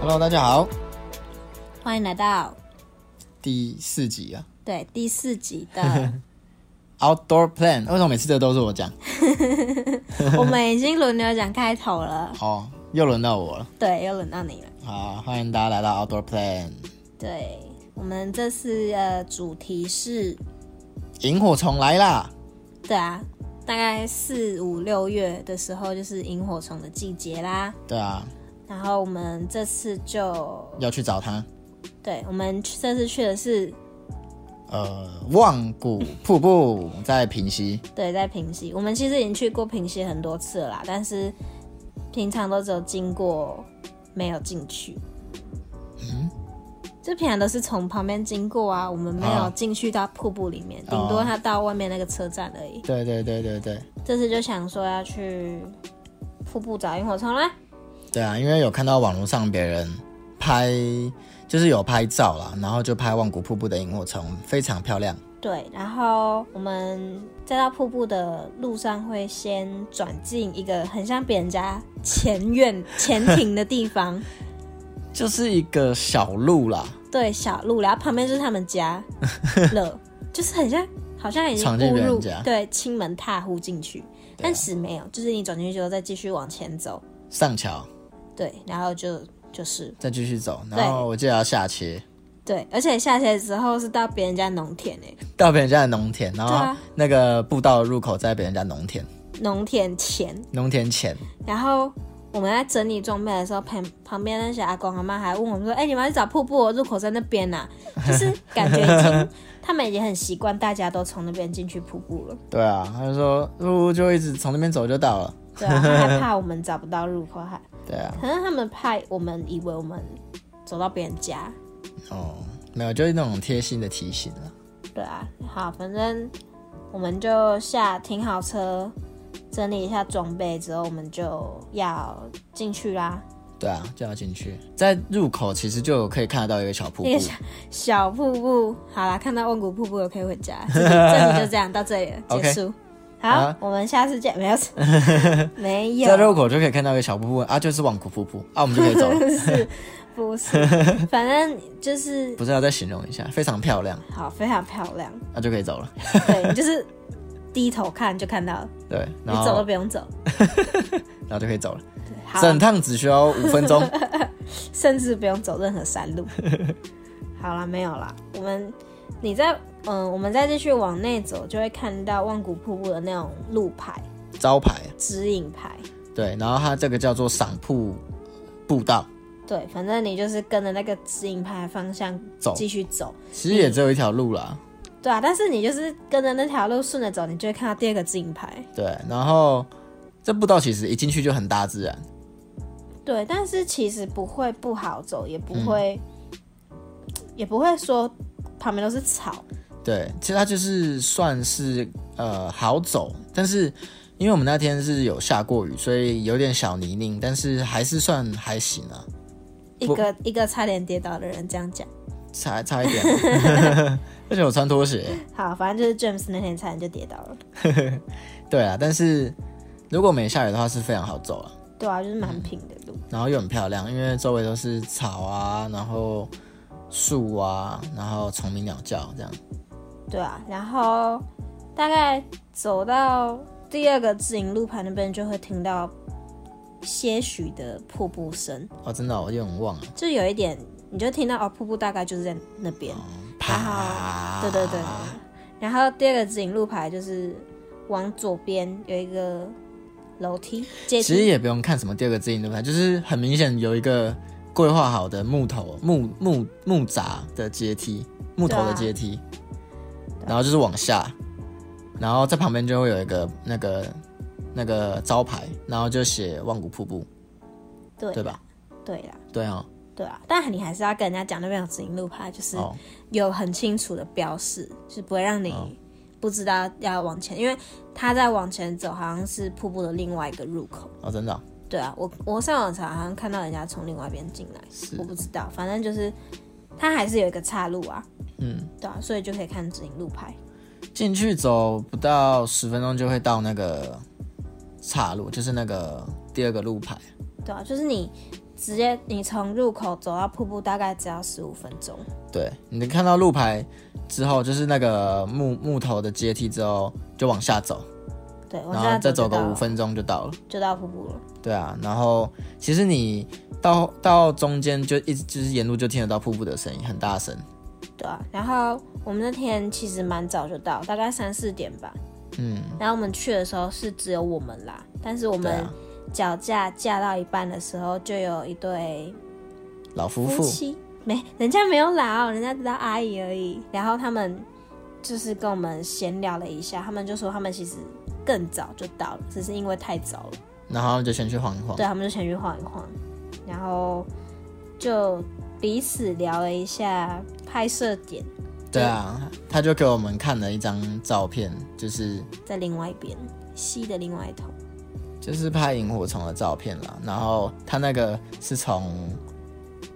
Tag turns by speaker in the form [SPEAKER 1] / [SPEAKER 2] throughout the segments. [SPEAKER 1] Hello，大家好，
[SPEAKER 2] 欢迎来到
[SPEAKER 1] 第四集啊
[SPEAKER 2] 对第四集的，
[SPEAKER 1] ，Outdoor Plan。为什么每次这都是我讲？
[SPEAKER 2] 我们已经轮流讲开头了，
[SPEAKER 1] 哦，又轮到我了。
[SPEAKER 2] 对，又轮到你了。
[SPEAKER 1] 好，欢迎大家来到 Outdoor Plan。
[SPEAKER 2] 对，我们这次的主题是，
[SPEAKER 1] 萤火虫来啦！
[SPEAKER 2] 对啊，大概四五六月的时候就是萤火虫的季节啦。
[SPEAKER 1] 对啊，
[SPEAKER 2] 然后我们这次就，
[SPEAKER 1] 要去找它。
[SPEAKER 2] 对，我们去这次去的是，
[SPEAKER 1] 呃，望古瀑布在平溪。
[SPEAKER 2] 对，在平溪。我们其实已经去过平溪很多次了啦，但是平常都只有经过，没有进去。就平常都是从旁边经过啊，我们没有
[SPEAKER 1] 啊
[SPEAKER 2] 进去到瀑布里面，顶、多它到外面那个车站而已。
[SPEAKER 1] 对对对对对
[SPEAKER 2] 这次就想说要去瀑布找萤火虫啦。
[SPEAKER 1] 对啊，因为有看到网络上别人拍，就是有拍照啦，然后就拍望古瀑布的萤火虫，非常漂亮。
[SPEAKER 2] 对，然后我们在到瀑布的路上会先转进一个很像别人家前院前庭的地方，
[SPEAKER 1] 就是一个小路啦，
[SPEAKER 2] 对，小路，然后旁边就是他们 家了，就是很像，好像已经
[SPEAKER 1] 闯进
[SPEAKER 2] 误
[SPEAKER 1] 别人
[SPEAKER 2] 入
[SPEAKER 1] 家啊
[SPEAKER 2] 对亲门踏户进去，但是没有，就是你转进去之后再继续往前走，
[SPEAKER 1] 上桥
[SPEAKER 2] 对，然后就就是
[SPEAKER 1] 再继续走，然后我记得要下切。
[SPEAKER 2] 对，而且下来之后是到别人家农田欸诶、
[SPEAKER 1] 到别人家的农田，然
[SPEAKER 2] 对
[SPEAKER 1] 后
[SPEAKER 2] 啊
[SPEAKER 1] 那个步道的入口在别人家农田，
[SPEAKER 2] 农田前，
[SPEAKER 1] 农田前，
[SPEAKER 2] 然后我们在整理装备的时候，旁旁边那些阿公阿妈还问我们说：“哎、你们要去找瀑布哦入口在那边 呐、就是感觉已经他们也很习惯，大家都从那边进去瀑布了。
[SPEAKER 1] 对啊，他就说路就一直从那边走就到了，
[SPEAKER 2] 对啊，他害怕我们找不到入口，还
[SPEAKER 1] 对啊，
[SPEAKER 2] 可能他们怕我们以为我们走到别人家。
[SPEAKER 1] 哦，没有，就是那种贴心的提醒了，
[SPEAKER 2] 对啊，好，反正我们就下停好车，整理一下装备之后，我们就要进去啦。
[SPEAKER 1] 对啊，就要进去，在入口其实就有可以看得到一个小瀑布
[SPEAKER 2] 一个，小小瀑布，好啦，看到万古瀑布了，可以回家。这集这集就这样，到这里了，
[SPEAKER 1] OK
[SPEAKER 2] 结束。 好，
[SPEAKER 1] 啊
[SPEAKER 2] 我们下次见。没有， 没
[SPEAKER 1] 在入
[SPEAKER 2] 有，
[SPEAKER 1] 口就可以看到一个小瀑布啊，就是望古瀑布啊，我们就可以走了，
[SPEAKER 2] 是不是？ 反正就是
[SPEAKER 1] 不是要再形容一下，非常漂亮，
[SPEAKER 2] 好，非常漂亮。
[SPEAKER 1] 那、就可以走了，
[SPEAKER 2] 对，你就是低头看就看到了，
[SPEAKER 1] 对，
[SPEAKER 2] 你
[SPEAKER 1] 然后
[SPEAKER 2] 走都不 用走。
[SPEAKER 1] 然后就可以走了，
[SPEAKER 2] 好，
[SPEAKER 1] 整趟只需要五分钟，
[SPEAKER 2] 甚至不用走任何山路。好啦，没有啦，我们你在嗯，我们再继续往内走，就会看到万古瀑布的那种路牌、
[SPEAKER 1] 招牌，
[SPEAKER 2] 指引牌。
[SPEAKER 1] 对，然后它这个叫做赏瀑步道。
[SPEAKER 2] 对，反正你就是跟着那个指引牌的方向
[SPEAKER 1] 走
[SPEAKER 2] 继续走，
[SPEAKER 1] 其实也只有一条路啦，
[SPEAKER 2] 对啊。但是你就是跟着那条路顺着走，你就会看到第二个指引牌。
[SPEAKER 1] 对，然后这步道其实一进去就很大自然，
[SPEAKER 2] 对，但是其实不会不好走，也不会，也不会说旁边都是草。
[SPEAKER 1] 对，其实它就是算是呃好走，但是因为我们那天是有下过雨，所以有点小泥泞，但是还是算还行啊，
[SPEAKER 2] 一个一个差点跌倒的人这样讲。
[SPEAKER 1] 差差一点， 而且我穿拖鞋，
[SPEAKER 2] 好，反正就是 James 那天差点就跌倒了。
[SPEAKER 1] 对啊，但是如果没下雨的话是非常好走了、
[SPEAKER 2] 对啊，就是
[SPEAKER 1] 嗯
[SPEAKER 2] 蛮平的路。
[SPEAKER 1] 然后又很漂亮，因为周围都是草啊，然后树啊，然后虫鸣鸟叫这样，
[SPEAKER 2] 对啊，然后大概走到第二个自营路牌那边，就会听到些许的瀑布声，
[SPEAKER 1] 哦，真的、哦、我有点忘了。
[SPEAKER 2] 就有一点，你就听到哦，瀑布大概就是在那边。
[SPEAKER 1] 哦啪，
[SPEAKER 2] 对对对。
[SPEAKER 1] 啊
[SPEAKER 2] 然后第二个自营路牌就是往左边有一个楼梯阶
[SPEAKER 1] 其实
[SPEAKER 2] 梯，
[SPEAKER 1] 也不用看什么第二个字音对不对？就是很明显有一个规划好的木头木木木闸的阶梯，木头
[SPEAKER 2] 啊
[SPEAKER 1] 的阶梯，然后就是往下，然后在旁边就会有一个那个那个招牌，然后就写望古瀑布，
[SPEAKER 2] 对
[SPEAKER 1] 对吧？
[SPEAKER 2] 对啦，
[SPEAKER 1] 对哦，
[SPEAKER 2] 对啊。但你还是要跟人家讲那边有自营路牌，就是
[SPEAKER 1] 哦，
[SPEAKER 2] 有很清楚的标示，就是不会让你不知道要往前，因为它在往前走，好像是瀑布的另外一个入口。
[SPEAKER 1] 哦，真的哦、
[SPEAKER 2] 对啊，我我上网查，好像看到人家从另外一边进来，
[SPEAKER 1] 是
[SPEAKER 2] 我不知道，反正就是它还是有一个岔路啊，
[SPEAKER 1] 嗯，
[SPEAKER 2] 对啊，所以就可以看指引路牌。
[SPEAKER 1] 进去走不到十分钟就会到那个岔路，就是那个第二个路牌，
[SPEAKER 2] 对啊，就是你直接你从入口走到瀑布大概只要十五分钟。
[SPEAKER 1] 对，你看到路牌之后，就是那个木木头的阶梯之后，就往下走，
[SPEAKER 2] 对，我
[SPEAKER 1] 然
[SPEAKER 2] 现在
[SPEAKER 1] 后再走个
[SPEAKER 2] 就到
[SPEAKER 1] 五分钟就到了。
[SPEAKER 2] 就到瀑布了。
[SPEAKER 1] 对啊，然后其实你到到中间就一直就是沿路就听得到瀑布的声音，很大声。
[SPEAKER 2] 对啊，然后我们那天其实蛮早就到，大概三四点吧。
[SPEAKER 1] 嗯，
[SPEAKER 2] 然后我们去的时候是只有我们啦，但是我
[SPEAKER 1] 对
[SPEAKER 2] 们
[SPEAKER 1] 啊，
[SPEAKER 2] 脚架架到一半的时候，就有一对
[SPEAKER 1] 老夫
[SPEAKER 2] 夫
[SPEAKER 1] 妇
[SPEAKER 2] 妻，没人家没有老，人家只当阿姨而已。然后他们就是跟我们闲聊了一下，他们就说他们其实更早就到了，只是因为太早了，
[SPEAKER 1] 然后他们就先去晃一晃
[SPEAKER 2] 对。啊他们就前去晃一晃，然后就彼此聊了一下拍摄点
[SPEAKER 1] 对啊，他就给我们看了一张照片，就是
[SPEAKER 2] 在另外一边，西的另外一头。
[SPEAKER 1] 就是拍萤火虫的照片啦。然后他那个是从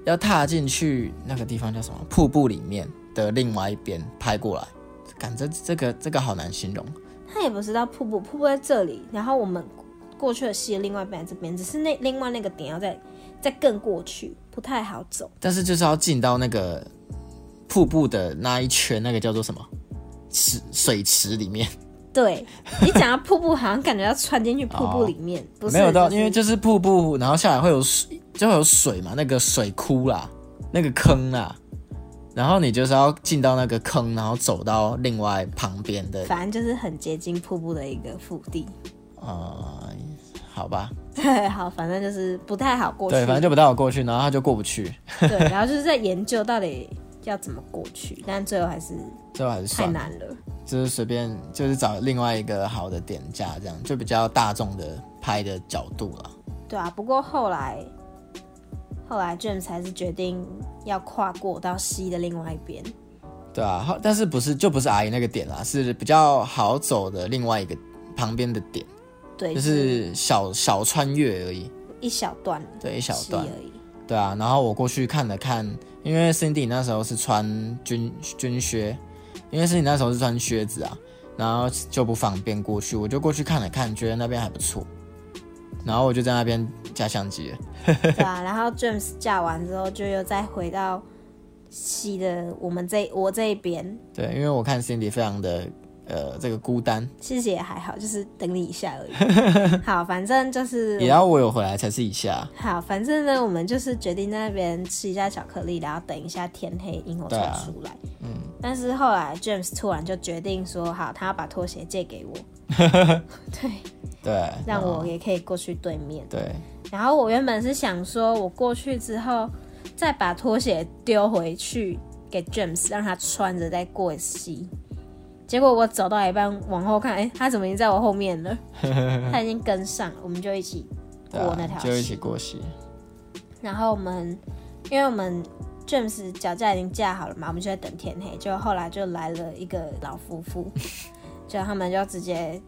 [SPEAKER 1] 要踏进去那个地方叫什么瀑布里面的另外一边拍过来，感这这个这个好难形容。
[SPEAKER 2] 他也不知道瀑布，瀑布在这里，然后我们过去的溪的另外一边在这边，只是那另外那个点要再再更过去，不太好走。
[SPEAKER 1] 但是就是要进到那个瀑布的那一圈，那个叫做什么池水池里面，
[SPEAKER 2] 对你讲到瀑布，好像感觉要穿进去瀑布里面，不是？
[SPEAKER 1] 哦没有到，
[SPEAKER 2] 就是
[SPEAKER 1] 因为就是瀑布，然后下来会有水，就会有水嘛，那个水窟啦，那个坑啦，然后你就是要进到那个坑，然后走到另外旁边的，
[SPEAKER 2] 反正就是很接近瀑布的一个腹地。
[SPEAKER 1] 呃，好吧，
[SPEAKER 2] 对，好，反正就是不太好过去。
[SPEAKER 1] 对，反正就不带我过去，然后他就过不去，
[SPEAKER 2] 对，然后就是在研究到底要怎么过去，但最后还是
[SPEAKER 1] 最后还是
[SPEAKER 2] 太
[SPEAKER 1] 算了，
[SPEAKER 2] 难了。
[SPEAKER 1] 就是随便就是找另外一个好的点架，这样就比较大众的拍的角度了。
[SPEAKER 2] 对啊，不过后来后来 James 还是决定要跨过到西的另外一边。
[SPEAKER 1] 对啊，好但是不是就不是阿姨那个点啦，是比较好走的另外一个旁边的点，
[SPEAKER 2] 对，
[SPEAKER 1] 就是小小穿越而已，
[SPEAKER 2] 一小段，
[SPEAKER 1] 对，一小段
[SPEAKER 2] 溪，而已。
[SPEAKER 1] 对啊。然后我过去看了看，因为 Cindy 那时候是穿军军靴，因为 Cindy 那时候是穿靴子啊，然后就不方便过去，我就过去看了看，觉得那边还不错，然后我就在那边架相机了，
[SPEAKER 2] 对啊， 然后 James 架完之后，就又再回到西的我们这我这一边，
[SPEAKER 1] 对，因为我看 Cindy 非常的呃这个孤单，
[SPEAKER 2] 其实也还好，就是等你一下而已。 好，反正就是
[SPEAKER 1] 也要我有回来才是以下，
[SPEAKER 2] 好，反正呢，我们就是决定在那边吃一下巧克力，然后等一下天黑萤火虫
[SPEAKER 1] 对啊
[SPEAKER 2] 出来。嗯，但是后来 James 突然就决定说，好，他要把拖鞋借给我，对，
[SPEAKER 1] 对，
[SPEAKER 2] 让
[SPEAKER 1] 然后
[SPEAKER 2] 我也可以过去对面。
[SPEAKER 1] 对。
[SPEAKER 2] 然后我原本是想说，我过去之后再把拖鞋丢回去给 James，让他穿着再过溪。结果我走到一半往后看，哎、他怎么已经在我后面 了？他已经跟上了，我们就一起
[SPEAKER 1] 对
[SPEAKER 2] 过
[SPEAKER 1] 啊
[SPEAKER 2] 那条
[SPEAKER 1] 就一
[SPEAKER 2] 溪。
[SPEAKER 1] 起过溪。
[SPEAKER 2] 然后我们，因为我们 James 脚架已经架好了嘛，我们就在等天黑。就后来就来了一个老夫 妇，就他们就直接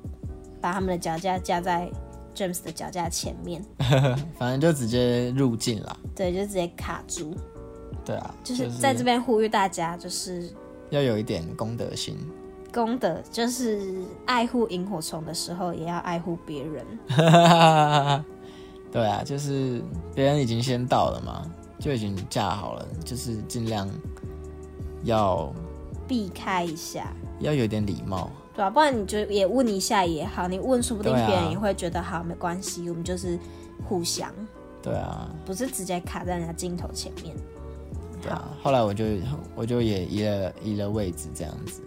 [SPEAKER 2] 把他们的脚架架在 James 的脚架前面，
[SPEAKER 1] 反正就直接入境啦。
[SPEAKER 2] 对，就直接卡住。
[SPEAKER 1] 对啊，
[SPEAKER 2] 就是在这边呼吁大家，就是
[SPEAKER 1] 要有一点公德心。
[SPEAKER 2] 功德，就是爱护萤火虫的时候，也要爱护别人。
[SPEAKER 1] 对啊，就是别人已经先到了嘛，就已经架好了，就是尽量要
[SPEAKER 2] 避开一下，
[SPEAKER 1] 要有一点礼貌。
[SPEAKER 2] 对吧、啊不然你就也问一下也好，你问说不定
[SPEAKER 1] 对啊
[SPEAKER 2] 别人也会觉得好，没关系，我们就是互相，
[SPEAKER 1] 对啊，
[SPEAKER 2] 不是直接卡在人家镜头前面。
[SPEAKER 1] 对啊。后来我就我就也移了移了位置这样子。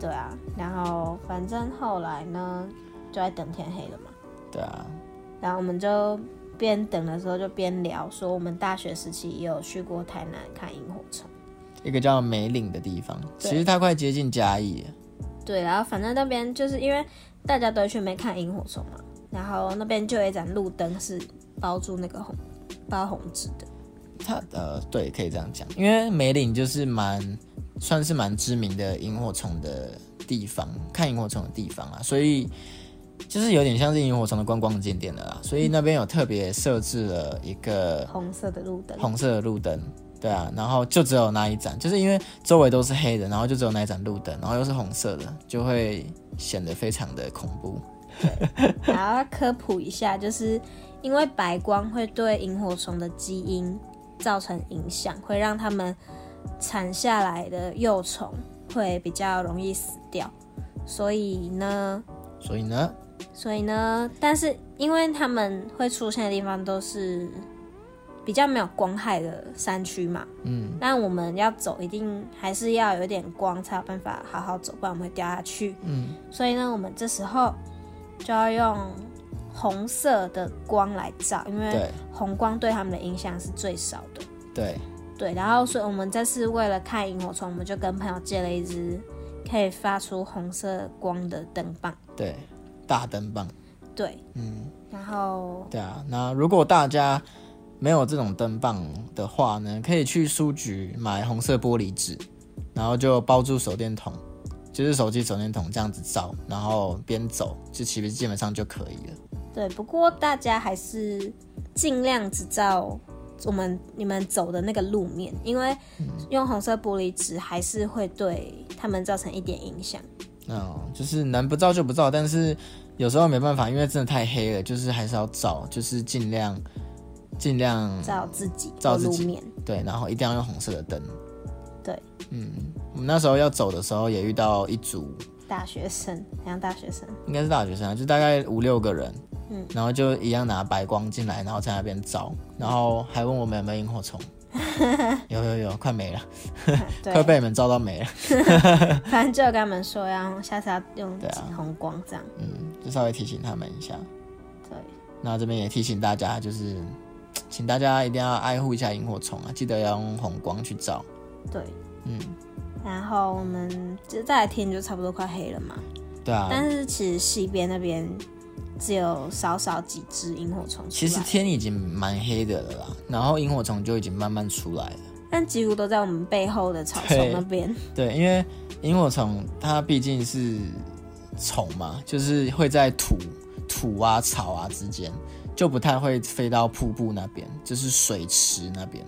[SPEAKER 2] 对啊，然后反正后来呢，就在等天黑了嘛，
[SPEAKER 1] 对啊，
[SPEAKER 2] 然后我们就边等的时候就边聊，说我们大学时期也有去过台南看萤火虫。
[SPEAKER 1] 一个叫梅岭的地方，
[SPEAKER 2] 对
[SPEAKER 1] 其实它快接近嘉义了。
[SPEAKER 2] 对，然后反正那边就是因为大家都会去那边看萤火虫嘛，然后那边就有一盏路灯是包住那个红包红纸的，
[SPEAKER 1] 它呃，对，可以这样讲，因为梅岭就是蛮算是蛮知名的萤火虫的地方，看萤火虫的地方啊，所以就是有点像是萤火虫的观光景点的啦，所以那边有特别设置了一个
[SPEAKER 2] 红色的路灯。
[SPEAKER 1] 红色的路灯，对啊，然后就只有那一盏，就是因为周围都是黑的，然后就只有那一盏路灯，然后又是红色的，就会显得非常的恐怖。
[SPEAKER 2] 然后科普一下，就是因为白光会对萤火虫的基因造成影响，会让它们产下来的幼虫会比较容易死掉。所以呢，
[SPEAKER 1] 所以呢，
[SPEAKER 2] 所以呢，但是因为它们会出现的地方都是比较没有光害的山区嘛，
[SPEAKER 1] 嗯
[SPEAKER 2] 但我们要走一定还是要有点光才有办法好好走，不然我们会掉下去。
[SPEAKER 1] 嗯，
[SPEAKER 2] 所以呢，我们这时候就要用红色的光来照，因为
[SPEAKER 1] 对
[SPEAKER 2] 红光对他们的影响是最少的。
[SPEAKER 1] 对，
[SPEAKER 2] 对，然后所以我们这次为了看萤火虫，我们就跟朋友借了一支可以发出红色光的灯棒。
[SPEAKER 1] 对，大灯棒，
[SPEAKER 2] 对，
[SPEAKER 1] 嗯，
[SPEAKER 2] 然后
[SPEAKER 1] 对啊。那如果大家没有这种灯棒的话呢，可以去书局买红色玻璃纸，然后就包住手电筒，就是手机手电筒这样子照，然后边走，就其实基本上就可以了。
[SPEAKER 2] 对，不过大家还是尽量只照我们你们走的那个路面，因为
[SPEAKER 1] 嗯
[SPEAKER 2] 用红色玻璃纸还是会对他们造成一点影响。
[SPEAKER 1] 嗯，就是能不照就不照，但是有时候没办法，因为真的太黑了，就是还是要照，就是尽量尽量
[SPEAKER 2] 照自己
[SPEAKER 1] 照
[SPEAKER 2] 的
[SPEAKER 1] 自
[SPEAKER 2] 路
[SPEAKER 1] 己
[SPEAKER 2] 面，
[SPEAKER 1] 对，然后一定要用红色的灯。
[SPEAKER 2] 对，
[SPEAKER 1] 嗯，我们那时候要走的时候也遇到一组，
[SPEAKER 2] 大学生，好像大学生，
[SPEAKER 1] 应该是大学生啊，就大概五六个人，
[SPEAKER 2] 嗯，
[SPEAKER 1] 然后就一样拿白光进来，然后在那边照，然后还问我们有没有萤火 虫，有有有，快没了，快
[SPEAKER 2] 对，
[SPEAKER 1] 被你们照到没了，
[SPEAKER 2] 反正就有跟他们说要下次要用
[SPEAKER 1] 对啊
[SPEAKER 2] 红光这样，
[SPEAKER 1] 嗯，就稍微提醒他们一下。
[SPEAKER 2] 对，
[SPEAKER 1] 那这边也提醒大家，就是请大家一定要爱护一下萤火虫啊，记得要用红光去照。
[SPEAKER 2] 对，
[SPEAKER 1] 嗯，
[SPEAKER 2] 然后我们就再来天就差不多快黑了嘛，
[SPEAKER 1] 对啊，
[SPEAKER 2] 但是其实西边那边只有少少几只萤火虫出来，
[SPEAKER 1] 其实天已经蛮黑的了啦，然后萤火虫就已经慢慢出来了。
[SPEAKER 2] 但几乎都在我们背后的草丛
[SPEAKER 1] 对
[SPEAKER 2] 那边，
[SPEAKER 1] 对，因为萤火虫它毕竟是虫嘛，就是会在土、土啊、草啊之间，就不太会飞到瀑布那边，就是水池那边。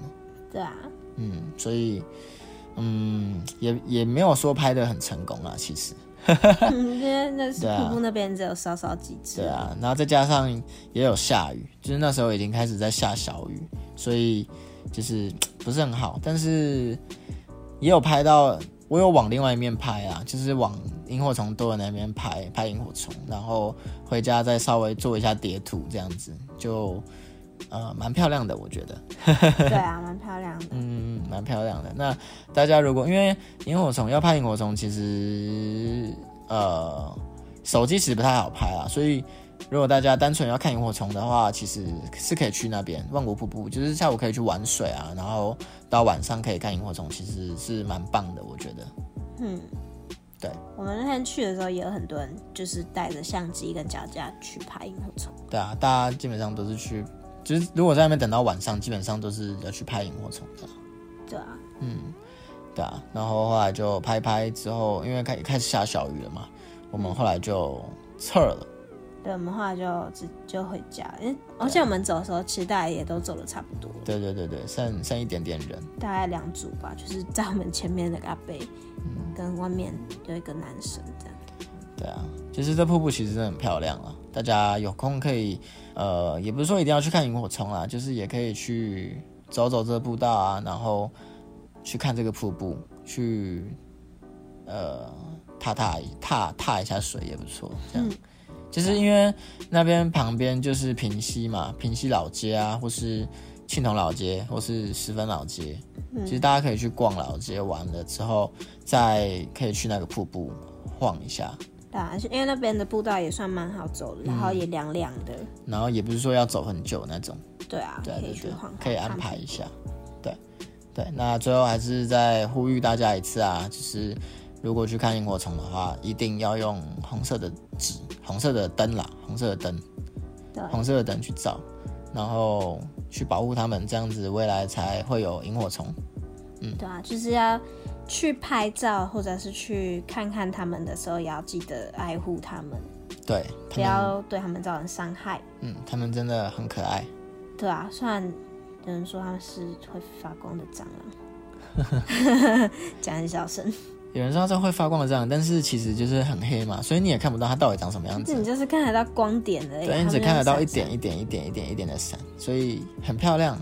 [SPEAKER 2] 对啊，
[SPEAKER 1] 嗯，所以嗯，也也没有说拍的很成功啦，其实。
[SPEAKER 2] 因为那是
[SPEAKER 1] 对啊
[SPEAKER 2] 瀑布那边只有少少几只，
[SPEAKER 1] 对啊，然后再加上也有下雨，就是那时候已经开始在下小雨，所以就是不是很好。但是也有拍到，我有往另外一面拍啊，就是往萤火虫多的那边拍拍萤火虫，然后回家再稍微做一下叠图，这样子就呃蛮漂亮的，我觉得。
[SPEAKER 2] 对啊，蛮漂亮的，
[SPEAKER 1] 嗯，蛮漂亮的。那大家如果因为萤火虫要拍萤火虫，其实呃手机其实不太好拍啊，所以如果大家单纯要看萤火虫的话，其实是可以去那边万国瀑布，就是下午可以去玩水啊，然后到晚上可以看萤火虫，其实是蛮棒的，我觉得。
[SPEAKER 2] 嗯。
[SPEAKER 1] 对
[SPEAKER 2] 我们那天去的时候，也有很多人就是带着相机跟脚架去拍萤火虫。
[SPEAKER 1] 对啊，大家基本上都是去，就是如果在那边等到晚上，基本上都是要去拍萤火虫的啊。
[SPEAKER 2] 对啊，
[SPEAKER 1] 对啊，然后后来就拍一拍之后，因为开开始下小雨了嘛，我们后来就撤了。
[SPEAKER 2] 对，我们后来就直就回家，因为而且我们走的时候，其实大家也都走的差不多了，
[SPEAKER 1] 对对对对，剩剩一点点人。
[SPEAKER 2] 大概两组吧，就是在我们前面那个阿贝，跟外面有一个男生这样。
[SPEAKER 1] 对啊，就是这瀑布其实真的很漂亮啊，大家有空可以，呃，也不是说一定要去看萤火虫啦，啊就是也可以去走走这个步道啊，然后去看这个瀑布，去呃踏踏踏踏一下水也不错。这样，就是因为那边旁边就是平溪嘛，平溪老街啊，或是庆同老街，或是十分老街，其实大家可以去逛老街，完了之后再可以去那个瀑布晃一下。
[SPEAKER 2] 对啊，因为那边的步道也算蛮好走的，然后也凉凉的。
[SPEAKER 1] 然后也不是说要走很久那种，
[SPEAKER 2] 对啊，
[SPEAKER 1] 对
[SPEAKER 2] 可
[SPEAKER 1] 对
[SPEAKER 2] 以去
[SPEAKER 1] 对
[SPEAKER 2] 晃，，
[SPEAKER 1] 可以安排。一下，对对。那最后还是再呼吁大家一次啊，就是如果去看萤火虫的话，一定要用红色的纸、红色的灯啦，红色的灯，
[SPEAKER 2] 对
[SPEAKER 1] 红色的灯去照，然后去保护它们，这样子未来才会有萤火虫。嗯
[SPEAKER 2] 对啊，就是要去拍照或者是去看看他们的时候，也要记得爱护他们，
[SPEAKER 1] 对，
[SPEAKER 2] 不
[SPEAKER 1] 它们，
[SPEAKER 2] 要对他们造成伤害。
[SPEAKER 1] 嗯，它们真的很可爱。
[SPEAKER 2] 对啊，虽然有 人说他们是会发光的蟑螂，讲很小声。
[SPEAKER 1] 有人说它这会发光的这样，但是其实就是很黑嘛，所以你也看不到它到底长什么样
[SPEAKER 2] 这你
[SPEAKER 1] 子。
[SPEAKER 2] 就是看得到光点而已，啊
[SPEAKER 1] 对，你
[SPEAKER 2] 它
[SPEAKER 1] 只
[SPEAKER 2] 没有
[SPEAKER 1] 看得到
[SPEAKER 2] 闪
[SPEAKER 1] 一点一点一点一点一点的闪，所以很漂亮，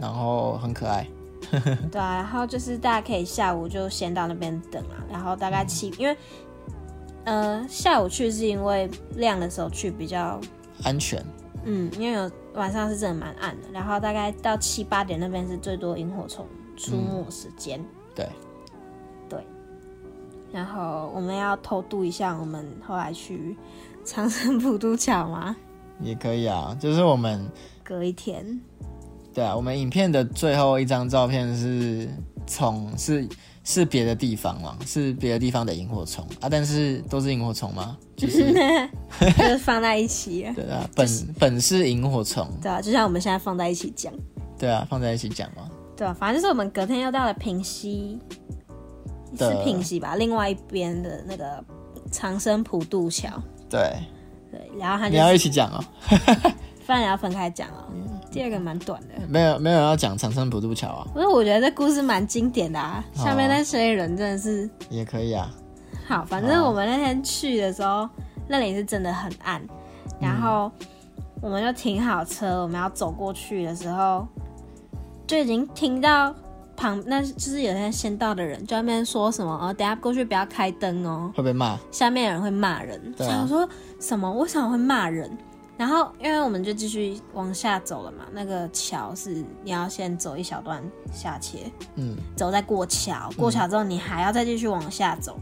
[SPEAKER 1] 然后很可爱。
[SPEAKER 2] 对啊，然后就是大家可以下午就先到那边等啊，然后大概七，
[SPEAKER 1] 嗯
[SPEAKER 2] 因为呃下午去是因为亮的时候去比较，
[SPEAKER 1] 安全，
[SPEAKER 2] 嗯，因为有晚上是真的蛮暗的，然后大概到七八点那边是最多萤火虫出没时间，
[SPEAKER 1] 对，
[SPEAKER 2] 然后我们要偷渡一下我们后来去长生普渡桥嘛，
[SPEAKER 1] 也可以啊。就是我们，
[SPEAKER 2] 隔一 天，
[SPEAKER 1] 对啊，我们影片的最后一张照片是从是是别的地方嘛，是别的地方的萤火虫啊，但是都是萤火虫吗？就是
[SPEAKER 2] 就是放在一起啊，
[SPEAKER 1] 对啊，本本是萤火虫，
[SPEAKER 2] 对啊，就像我们现在放在一起讲，
[SPEAKER 1] 对啊，放在一起讲嘛。
[SPEAKER 2] 对啊，反正就是我们隔天要到了平溪，是
[SPEAKER 1] 的
[SPEAKER 2] 平溪吧？另外一边的那个长生普渡桥，
[SPEAKER 1] 对，
[SPEAKER 2] 对，然后它
[SPEAKER 1] 你
[SPEAKER 2] 就
[SPEAKER 1] 要一起嗯讲哦，
[SPEAKER 2] 不然要分开讲哦。第二个蛮短的，
[SPEAKER 1] 没有没有要讲长生普渡桥啊，
[SPEAKER 2] 不是我觉得这故事蛮经典的啊。
[SPEAKER 1] 哦
[SPEAKER 2] 下面那些人真的是
[SPEAKER 1] 也可以啊。
[SPEAKER 2] 好，反正我们那天去的时候，那里是真的很暗，然后
[SPEAKER 1] 嗯
[SPEAKER 2] 我们就停好车，我们要走过去的时候，就已经听到旁那就是有些先到的人就在那边说什么哦，等一下过去不要开灯哦，
[SPEAKER 1] 会被骂，
[SPEAKER 2] 下面有人会骂人，
[SPEAKER 1] 对啊
[SPEAKER 2] 想说什么为什么会骂人？然后因为我们就继续往下走了嘛，那个桥是你要先走一小段下切，
[SPEAKER 1] 嗯，
[SPEAKER 2] 走再过桥，过桥之后你还要再继续往下走，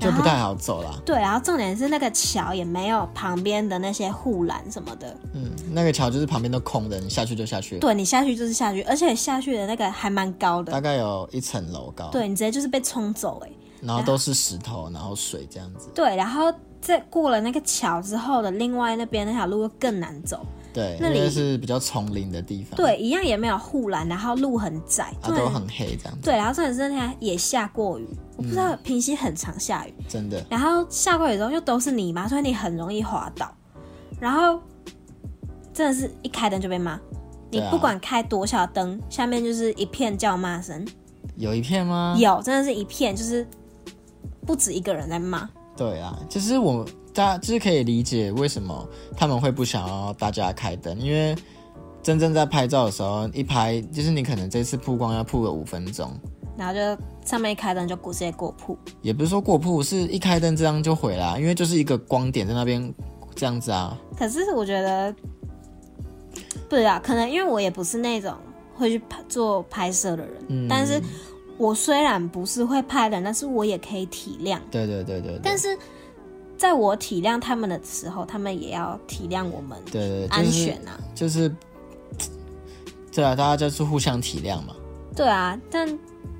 [SPEAKER 1] 就
[SPEAKER 2] 然后
[SPEAKER 1] 不太好走啦。
[SPEAKER 2] 对，然后重点是那个桥也没有旁边的那些护栏什么的，
[SPEAKER 1] 嗯，那个桥就是旁边都空的，你下去就下去了，
[SPEAKER 2] 对你下去就是下去，而且下去的那个还蛮高的，
[SPEAKER 1] 大概有一层楼高，，
[SPEAKER 2] 对你直接就是被冲走哎、
[SPEAKER 1] 然后都是石头，然后水这样子，
[SPEAKER 2] 对，然后在过了那个桥之后的另外那边那条路又更难走，
[SPEAKER 1] 对，
[SPEAKER 2] 那里
[SPEAKER 1] 因为是比较丛林的地方，，
[SPEAKER 2] 对，一样也没有护栏，然后路很窄，
[SPEAKER 1] 啊，
[SPEAKER 2] 重
[SPEAKER 1] 都
[SPEAKER 2] 点
[SPEAKER 1] 很黑这样子，
[SPEAKER 2] 对，然后重点是那天也下过雨，我不知
[SPEAKER 1] 嗯
[SPEAKER 2] 道平溪很常下雨，
[SPEAKER 1] 真的，
[SPEAKER 2] 然后下过雨之后又都是泥巴，所以你很容易滑倒。然后真的是一开灯就被骂，你
[SPEAKER 1] 对啊
[SPEAKER 2] 不管开多小灯，下面就是一片叫骂声，
[SPEAKER 1] 有一片吗？
[SPEAKER 2] 有真的是一片，就是不止一个人在骂。
[SPEAKER 1] 对啊，就是我大家就是可以理解为什么他们会不想要大家开灯，因为真正在拍照的时候，一拍就是你可能这次曝光要曝个五分钟，
[SPEAKER 2] 然后就上面一开灯就直接过铺，
[SPEAKER 1] 也不是说过曝，是一开灯这样就毁啦，因为就是一个光点在那边这样子啊，
[SPEAKER 2] 可是我觉得，对啊，可能因为我也不是那种会去拍做拍摄的人，
[SPEAKER 1] 嗯
[SPEAKER 2] 但是我虽然不是会拍的人，但是我也可以体谅。
[SPEAKER 1] 对对对对对，
[SPEAKER 2] 但是在我体谅他们的时候，他们也要体谅我们
[SPEAKER 1] 对对对，
[SPEAKER 2] 安全啊。
[SPEAKER 1] 就是对啊，大家就是互相体谅嘛，
[SPEAKER 2] 对啊，但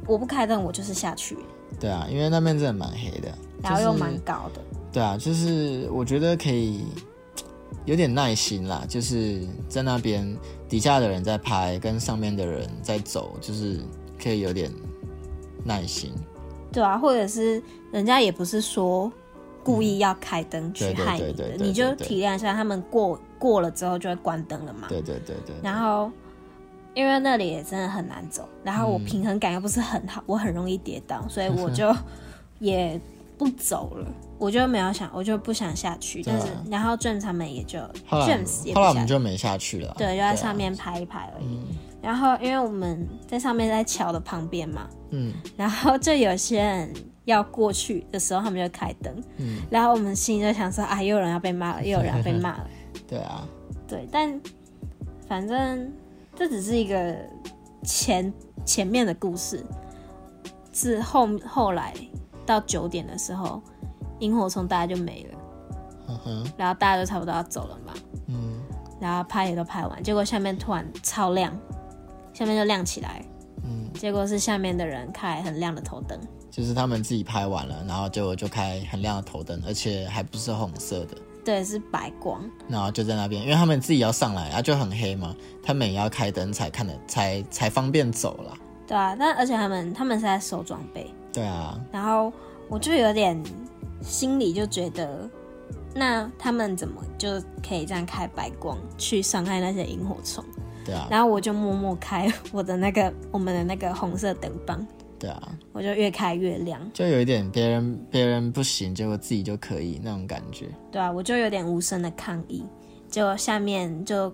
[SPEAKER 2] 我不开灯，我就是下去，
[SPEAKER 1] 对啊，因为那边真的蛮黑的，
[SPEAKER 2] 然后又
[SPEAKER 1] 就是
[SPEAKER 2] 蛮高的。
[SPEAKER 1] 对啊，就是我觉得可以有点耐心啦，就是在那边底下的人在拍，跟上面的人在走，就是可以有点耐心。
[SPEAKER 2] 对啊，或者是人家也不是说故意要开灯去
[SPEAKER 1] 嗯对对
[SPEAKER 2] 害
[SPEAKER 1] 对
[SPEAKER 2] 你的，
[SPEAKER 1] 对对对
[SPEAKER 2] 你就
[SPEAKER 1] 对对
[SPEAKER 2] 体谅一下，他们过过了之后就会关灯了嘛。
[SPEAKER 1] 对对对对，
[SPEAKER 2] 然后。因为那里也真的很难走，然后我
[SPEAKER 1] 嗯
[SPEAKER 2] 平衡感又不是很好，我很容易跌倒，所以我 就也不走了，我就没有想，我就不想下去。
[SPEAKER 1] 对
[SPEAKER 2] 但
[SPEAKER 1] 啊
[SPEAKER 2] 是，然后 James 他们也就
[SPEAKER 1] 后来
[SPEAKER 2] James 也不
[SPEAKER 1] 后来我
[SPEAKER 2] 下
[SPEAKER 1] 们就没下去了啊。嗯
[SPEAKER 2] 对，就在上
[SPEAKER 1] 啊。
[SPEAKER 2] 面拍一拍而已。然后因为我们在上面在桥的旁边嘛，
[SPEAKER 1] 嗯，
[SPEAKER 2] 然后就有些人要过去的时候，他们就开灯，
[SPEAKER 1] 嗯
[SPEAKER 2] 然后我们心里就想说啊，又有人要被骂了，又有人要被骂了。
[SPEAKER 1] 对啊，
[SPEAKER 2] 对，但反正这只是一个前前面的故事，是后后来到九点的时候，萤火虫大家就没了，
[SPEAKER 1] 嗯哼，
[SPEAKER 2] 然后大家就差不多要走了嘛，
[SPEAKER 1] 嗯
[SPEAKER 2] 然后拍也都拍完，结果下面突然超亮，下面就亮起来，
[SPEAKER 1] 嗯，
[SPEAKER 2] 结果是下面的人开很亮的头灯，
[SPEAKER 1] 就是他们自己拍完了，然后结果就开很亮的头灯，而且还不是红色的。
[SPEAKER 2] 对，是白光，
[SPEAKER 1] 然后就在那边，因为他们自己要上来啊，就很黑嘛，他们也要开灯才看得，才才方便走啦。
[SPEAKER 2] 对啊，但而且他们他们是在收装备，
[SPEAKER 1] 对啊，
[SPEAKER 2] 然后我就有点心里就觉得，那他们怎么就可以这样开白光去伤害那些萤火虫？
[SPEAKER 1] 对啊，
[SPEAKER 2] 然后我就默默开我的那个我们的那个红色灯棒，
[SPEAKER 1] 对啊，
[SPEAKER 2] 我就越开越亮。
[SPEAKER 1] 就有一点别人别人不行，结果自己就可以那种感觉。
[SPEAKER 2] 对啊，我就有点无声的抗议，结果下面就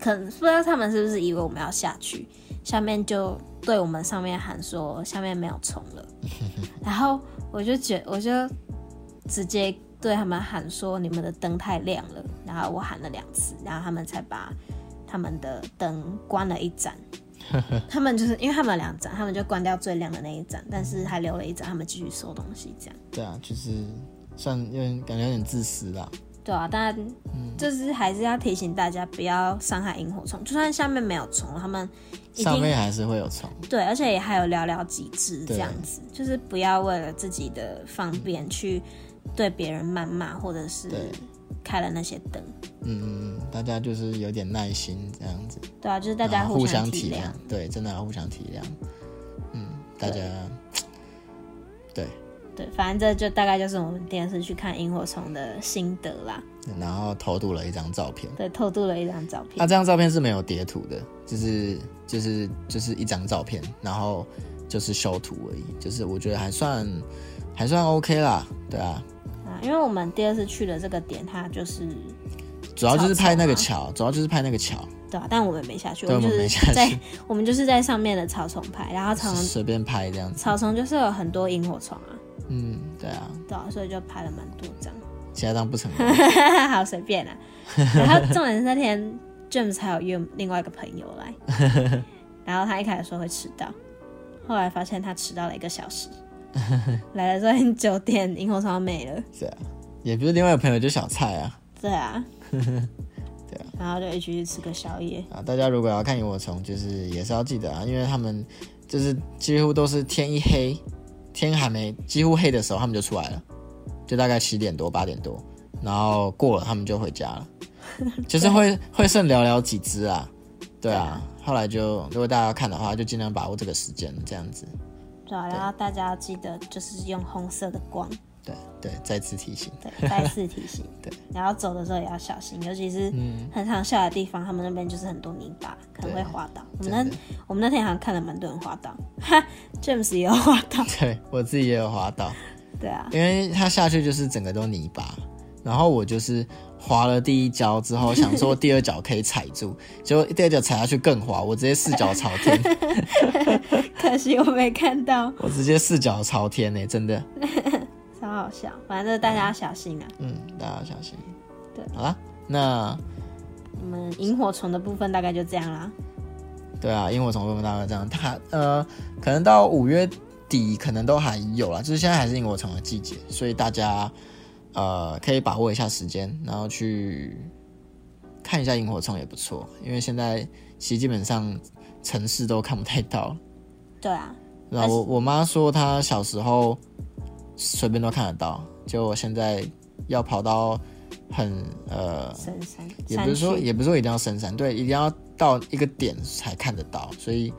[SPEAKER 2] 可能不知道他们是不是以为我们要下去，下面就对我们上面喊说下面没有虫了，然后我就觉我就直接对他们喊说你们的灯太亮了，然后我喊了两次，然后他们才把他们的灯关了一盏。他们就是因为他们有两盏，他们就关掉最亮的那一盏，但是还留了一盏，他们继续收东西这样。
[SPEAKER 1] 对啊，就是算有点感觉有点自私啦。
[SPEAKER 2] 对啊，但
[SPEAKER 1] 嗯
[SPEAKER 2] 就是还是要提醒大家不要伤害萤火虫，就算下面没有虫，他们一
[SPEAKER 1] 上
[SPEAKER 2] 定
[SPEAKER 1] 面还是会有虫。
[SPEAKER 2] 对，而且也还有寥寥几只
[SPEAKER 1] 对
[SPEAKER 2] 这样子，就是不要为了自己的方便去对别人谩骂，或者是
[SPEAKER 1] 对
[SPEAKER 2] 开了那些灯。
[SPEAKER 1] 嗯，大家就是有点耐心这样子，
[SPEAKER 2] 对啊，就是大
[SPEAKER 1] 然
[SPEAKER 2] 家
[SPEAKER 1] 后互
[SPEAKER 2] 相
[SPEAKER 1] 体
[SPEAKER 2] 谅。。
[SPEAKER 1] 对，真的要互相体谅。嗯，大家对，
[SPEAKER 2] 对，反正这就大概就是我们电视去看萤火虫的心得啦。
[SPEAKER 1] 然后偷渡了一张照片。
[SPEAKER 2] 对，偷渡了一张照片。
[SPEAKER 1] 那、这张照片是没有叠图的，就是就是就是一张照片，然后就是修图而已，就是我觉得还算还算 OK 啦，对啊，
[SPEAKER 2] 啊，因为我们第二次去的这个点，它就是
[SPEAKER 1] 主要就是拍那个
[SPEAKER 2] 草
[SPEAKER 1] 桥，主要就是拍那个桥，
[SPEAKER 2] 对啊，但我们没下去，就
[SPEAKER 1] 对我们
[SPEAKER 2] 是
[SPEAKER 1] 没下去
[SPEAKER 2] 在我们就是在上面的草丛拍，然后草丛
[SPEAKER 1] 随便拍这样子，
[SPEAKER 2] 草丛就是有很多萤火虫啊，
[SPEAKER 1] 嗯，对啊，
[SPEAKER 2] 对啊，所以就拍了蛮多张，
[SPEAKER 1] 其他张不成功，
[SPEAKER 2] 好随便啊。然后重点是那天 James 还有约另外一个朋友来， 然后他一开始说会迟到，后来发现他迟到了一个小时，来的时候已经九点，萤火虫没了。
[SPEAKER 1] 对啊，也不是另外一个朋友就小蔡啊，
[SPEAKER 2] 对啊，
[SPEAKER 1] 对啊，
[SPEAKER 2] 然后就一起去吃个宵夜。
[SPEAKER 1] 啊，大家如果要看萤火虫，就是也是要记得啊，因为他们就是几乎都是天一黑，天还没几乎黑的时候，他们就出来了，就大概七点多八点多，然后过了他们就回家了，就是会会剩寥寥几只啊，对啊，后来就如果大家要看的话，就尽量把握这个时间这样子，
[SPEAKER 2] 对啊，然后大家要记得就是用红色的光。
[SPEAKER 1] 对对，再次提醒，
[SPEAKER 2] 对，再次提醒。
[SPEAKER 1] 对，嗯
[SPEAKER 2] 然后走的时候也要小心，尤其是很常下的地方，他们那边就是很多泥巴，可能会滑倒。我们
[SPEAKER 1] 真的
[SPEAKER 2] 那我们那天好像看了蛮多人滑倒，哈，James 也有滑倒。
[SPEAKER 1] 对我自己也有滑倒。
[SPEAKER 2] 对啊，
[SPEAKER 1] 因为它下去就是整个都泥巴，然后我就是滑了第一跤之后，想说第二脚可以踩住， 结果第二脚踩下去更滑，我直接四脚朝天，
[SPEAKER 2] 可惜我没看到，
[SPEAKER 1] 我直接四脚朝天呢、真的，
[SPEAKER 2] 超好笑。反正大家要小心啊。
[SPEAKER 1] 嗯，大家要小心。
[SPEAKER 2] 对，
[SPEAKER 1] 好啦，那
[SPEAKER 2] 我们萤火虫的部分大概就这样啦。
[SPEAKER 1] 对啊，萤火虫会跟大家这样，它呃，可能到五月底可能都还有啦，就是现在还是萤火虫的季节，所以大家呃可以把握一下时间，然后去看一下萤火虫也不错，因为现在其实基本上城市都看不太到了。
[SPEAKER 2] 对啊，
[SPEAKER 1] 然后我我妈说她小时候随便都看得到，就我现在要跑到很呃
[SPEAKER 2] 深山
[SPEAKER 1] 也不
[SPEAKER 2] 山
[SPEAKER 1] 是说
[SPEAKER 2] 区
[SPEAKER 1] 也不是说一定要深山，对，一定要到一个点才看得到，所以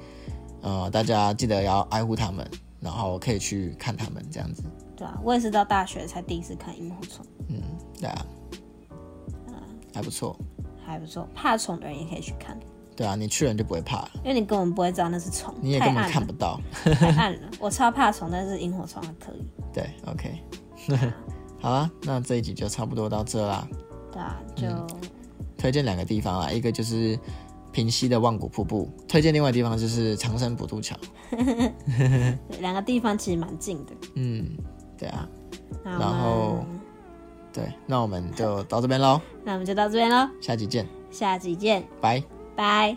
[SPEAKER 1] 呃，大家记得要爱护他们，然后可以去看他们这样子，
[SPEAKER 2] 对啊，我也是到大学才第一次看萤火虫，
[SPEAKER 1] 嗯，对啊，还不错，
[SPEAKER 2] 还不错。怕虫的人也可以去看，
[SPEAKER 1] 对啊，你去了你就不会怕了，
[SPEAKER 2] 因为你根本不会知道那是虫，
[SPEAKER 1] 你也
[SPEAKER 2] 太
[SPEAKER 1] 根本
[SPEAKER 2] 暗
[SPEAKER 1] 看
[SPEAKER 2] 了
[SPEAKER 1] 不，到，
[SPEAKER 2] 太暗了。我超怕虫，但是萤火虫还可以。
[SPEAKER 1] 对，OK，好啦，那这一集就差不多到这啦，
[SPEAKER 2] 对啊，就、
[SPEAKER 1] 嗯推荐两个地方啦，一个就是平溪的万古瀑布，推荐另外地方就是长生不渡桥，
[SPEAKER 2] 对两个地方其实蛮近的。
[SPEAKER 1] 嗯，对啊，
[SPEAKER 2] 那
[SPEAKER 1] 然
[SPEAKER 2] 我
[SPEAKER 1] 后
[SPEAKER 2] 们
[SPEAKER 1] 对，那我们就到这边喽，
[SPEAKER 2] 那我们就到这边喽，
[SPEAKER 1] 下集见，
[SPEAKER 2] 下集见，
[SPEAKER 1] 拜。
[SPEAKER 2] 拜。